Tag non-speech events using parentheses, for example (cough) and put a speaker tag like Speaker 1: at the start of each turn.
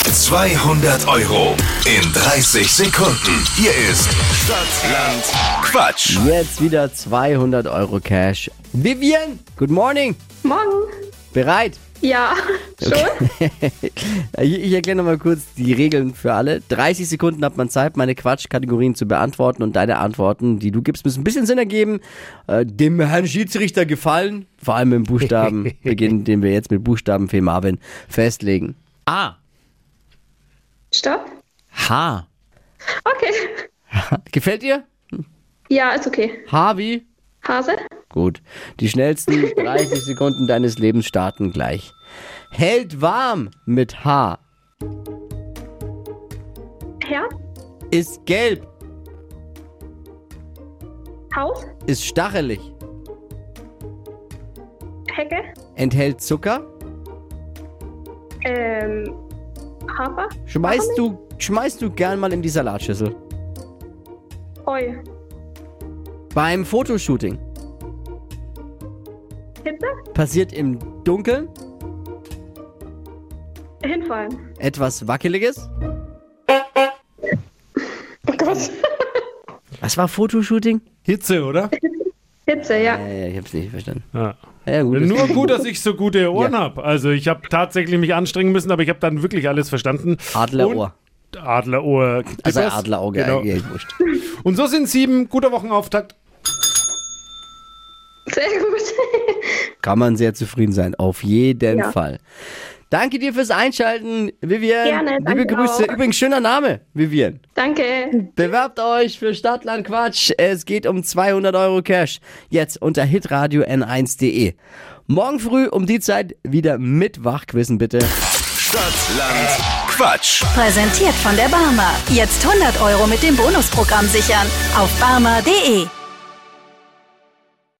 Speaker 1: 200 Euro in 30 Sekunden. Hier ist Stadtland Quatsch.
Speaker 2: Jetzt wieder 200 Euro Cash. Vivian, good morning.
Speaker 3: Morgen.
Speaker 2: Bereit? Äh,
Speaker 3: Ja, schon.
Speaker 2: Ich ich erkläre nochmal kurz die Regeln für alle. 30 Sekunden hat man Zeit, meine Quatschkategorien zu beantworten und deine Antworten, die du gibst, müssen ein bisschen Sinn ergeben, äh, dem Herrn Schiedsrichter gefallen, vor allem im Buchstaben beginnen, den wir jetzt mit Buchstaben für Marvin festlegen.
Speaker 4: A.
Speaker 3: Stopp.
Speaker 4: H.
Speaker 3: Okay.
Speaker 2: (laughs) Gefällt dir?
Speaker 3: Ja, ist okay.
Speaker 2: Harvey?
Speaker 3: Hase?
Speaker 2: Gut. Die schnellsten 30 Sekunden deines Lebens starten gleich. Hält warm mit H.
Speaker 3: Herr?
Speaker 2: Ist gelb.
Speaker 3: Haus?
Speaker 2: Ist stachelig.
Speaker 3: Hecke?
Speaker 2: Enthält Zucker.
Speaker 3: Ähm, Hafer?
Speaker 2: Schmeißt du, schmeißt du gern mal in die Salatschüssel.
Speaker 3: Heu?
Speaker 2: Beim Fotoshooting
Speaker 3: Hitze?
Speaker 2: passiert im Dunkeln
Speaker 3: Hinfallen?
Speaker 2: etwas Wackeliges.
Speaker 3: Oh Gott.
Speaker 2: Was war Fotoshooting?
Speaker 4: Hitze, oder?
Speaker 3: Hitze, ja.
Speaker 2: Äh, ich hab's nicht verstanden.
Speaker 4: Ja.
Speaker 2: (laughs) Ja, gut,
Speaker 4: Nur
Speaker 2: das-
Speaker 4: gut, dass ich so gute Ohren
Speaker 2: Ja.
Speaker 4: habe. Also ich habe tatsächlich mich anstrengen müssen, aber ich habe dann wirklich alles verstanden.
Speaker 2: Adlerohr.
Speaker 4: Und Adlerohr.
Speaker 2: Also
Speaker 4: Gibt's?
Speaker 2: Adlerauge,
Speaker 4: Genau.
Speaker 2: eigentlich wurscht.
Speaker 4: Und so sind sieben. Guter Wochenauftakt.
Speaker 3: Sehr gut. (laughs)
Speaker 2: Kann man sehr zufrieden sein, auf jeden
Speaker 3: Ja.
Speaker 2: Fall. Danke dir fürs Einschalten, Vivian.
Speaker 3: Gerne,
Speaker 2: Liebe
Speaker 3: danke
Speaker 2: Grüße.
Speaker 3: auch.
Speaker 2: Übrigens, schöner Name, Vivian.
Speaker 3: Danke.
Speaker 2: Bewerbt euch für Stadtland Quatsch. Es geht um 200 Euro Cash. Jetzt unter hitradio n1.de. Morgen früh um die Zeit wieder mit Wachquissen bitte.
Speaker 1: Stadtland Quatsch.
Speaker 5: Präsentiert von der Barmer. Jetzt 100 Euro mit dem Bonusprogramm sichern. Auf barmer.de.